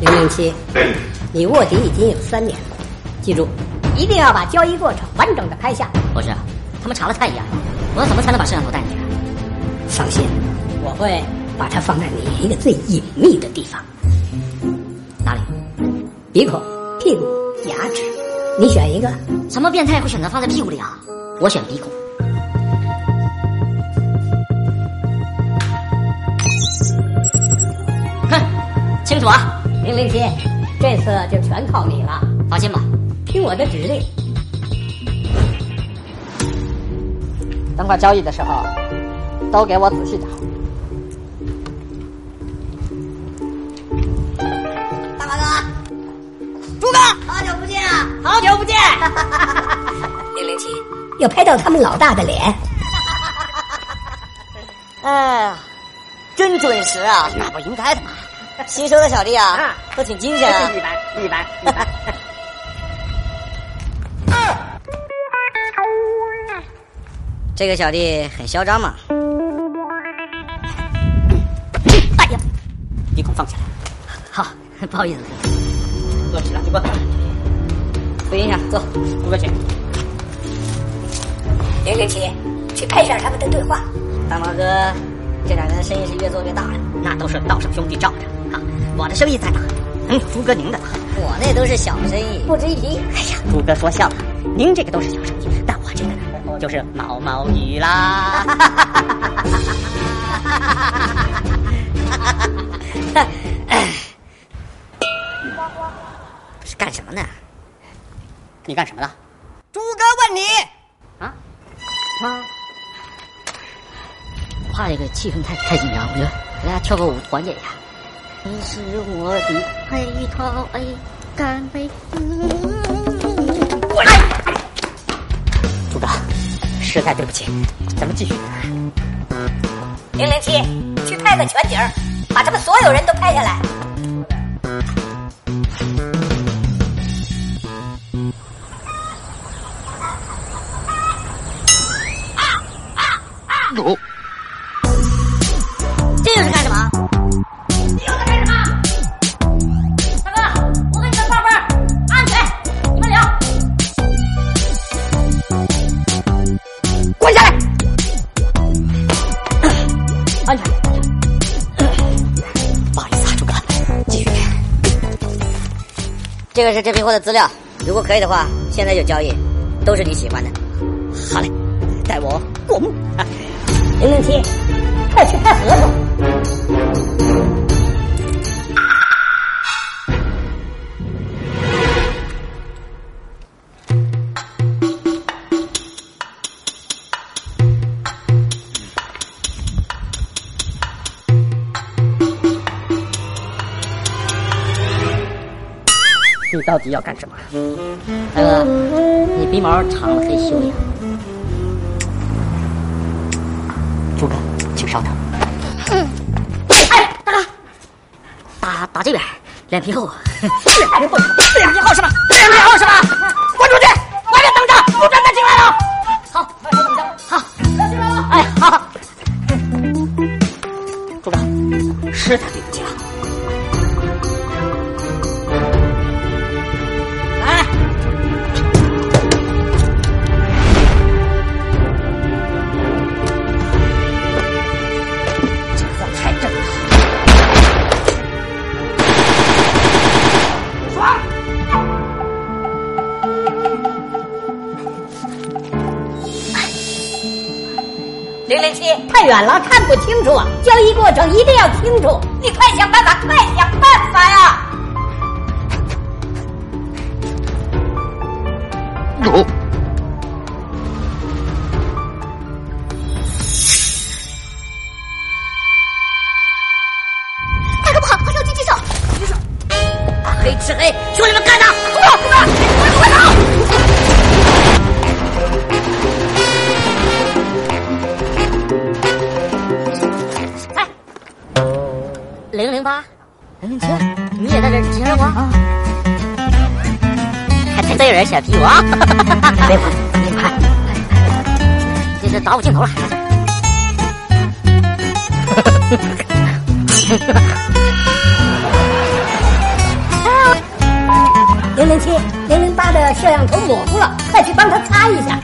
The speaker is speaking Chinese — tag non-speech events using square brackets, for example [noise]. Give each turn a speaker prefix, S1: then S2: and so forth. S1: 零零七，你卧底已经有三年了，记住，一定要把交易过程完整的拍下。
S2: 博士，他们查了太严了，我要怎么才能把摄像头带进去？
S1: 放心，我会把它放在你一个最隐秘的地方，
S2: 哪里？
S1: 鼻孔、屁股、牙齿，你选一个。
S2: 什么变态会选择放在屁股里啊？我选鼻孔。哼，清楚啊！
S1: 零零七，这次就全靠你了，
S2: 放心吧，
S1: 听我的指令。
S3: 等会交易的时候，都给我仔细找。
S4: 大马哥，朱哥，好久不见啊！好久不见。零零七，
S1: 要拍到他们老大的脸。
S4: [laughs] 哎呀，真准时啊！打不应该的。新收的小弟啊，都挺精神啊。
S3: 百，一百，一百。
S2: 这个小弟很嚣张嘛。
S1: 哎呀，
S2: 鼻孔放起来。好，不好意思，
S3: 坐起来，你过来。
S2: 不影响，坐。
S3: 不客气。
S1: 零零七，去拍下他们的对话。
S2: 大毛哥，这两年生意是越做越大呀，那都是道上兄弟罩着啊。我的生意再大，能有哎朱哥您的大？
S4: 我那都是小生意。
S1: 不值一提。
S2: 哎呀，朱哥说笑了，您这个都是小生意，但我这个呢，就是毛毛雨啦。哎不是干什么呢？你干什么的？
S4: 朱哥问你，
S2: 啊？妈，我怕这个气氛太太紧张，我觉得大家跳个舞缓解一下。你是我的黑桃 A，干杯！
S1: 我来。
S2: 朱哥，实在对不起，咱们继续。
S1: 零零七，去拍个全景儿，把他们所有人都拍下来。
S2: 哦这又是干什么？
S5: 你又在干什么？大哥，我给你们报分儿，安全，你们聊。
S2: 滚下来！安全。不好意思啊，朱哥，继续。
S4: 这个是这批货的资料，如果可以的话，现在就交易，都是你喜欢的。
S2: 好嘞，带我过目。啊
S1: 零零七，快去拍合同。
S2: 你到底要干什么？大哥，你鼻毛长了可以修一下。朱哥，请稍等。嗯哎，大哥，打打这边，脸皮厚。啊脸皮厚是吧？脸皮厚是吧？滚出去！外面等着，不准再进来了。好，好，哎，好。朱哥，实在对不起啊。
S1: 哎零零七，太远了，看不清楚。交易过程一定要清楚。你快想办法，快想办法呀！
S5: 大哥不好，快给我举起手！举手！
S2: 黑吃黑，兄弟们干他！快零零八，零零七，你也在这儿执行任务啊？还真有人选屁股啊！ [laughs] 别拍，别拍，这这打我镜
S1: [laughs]
S2: 头了。
S1: 零零七零零八的摄像头模糊了，快去帮他擦一下。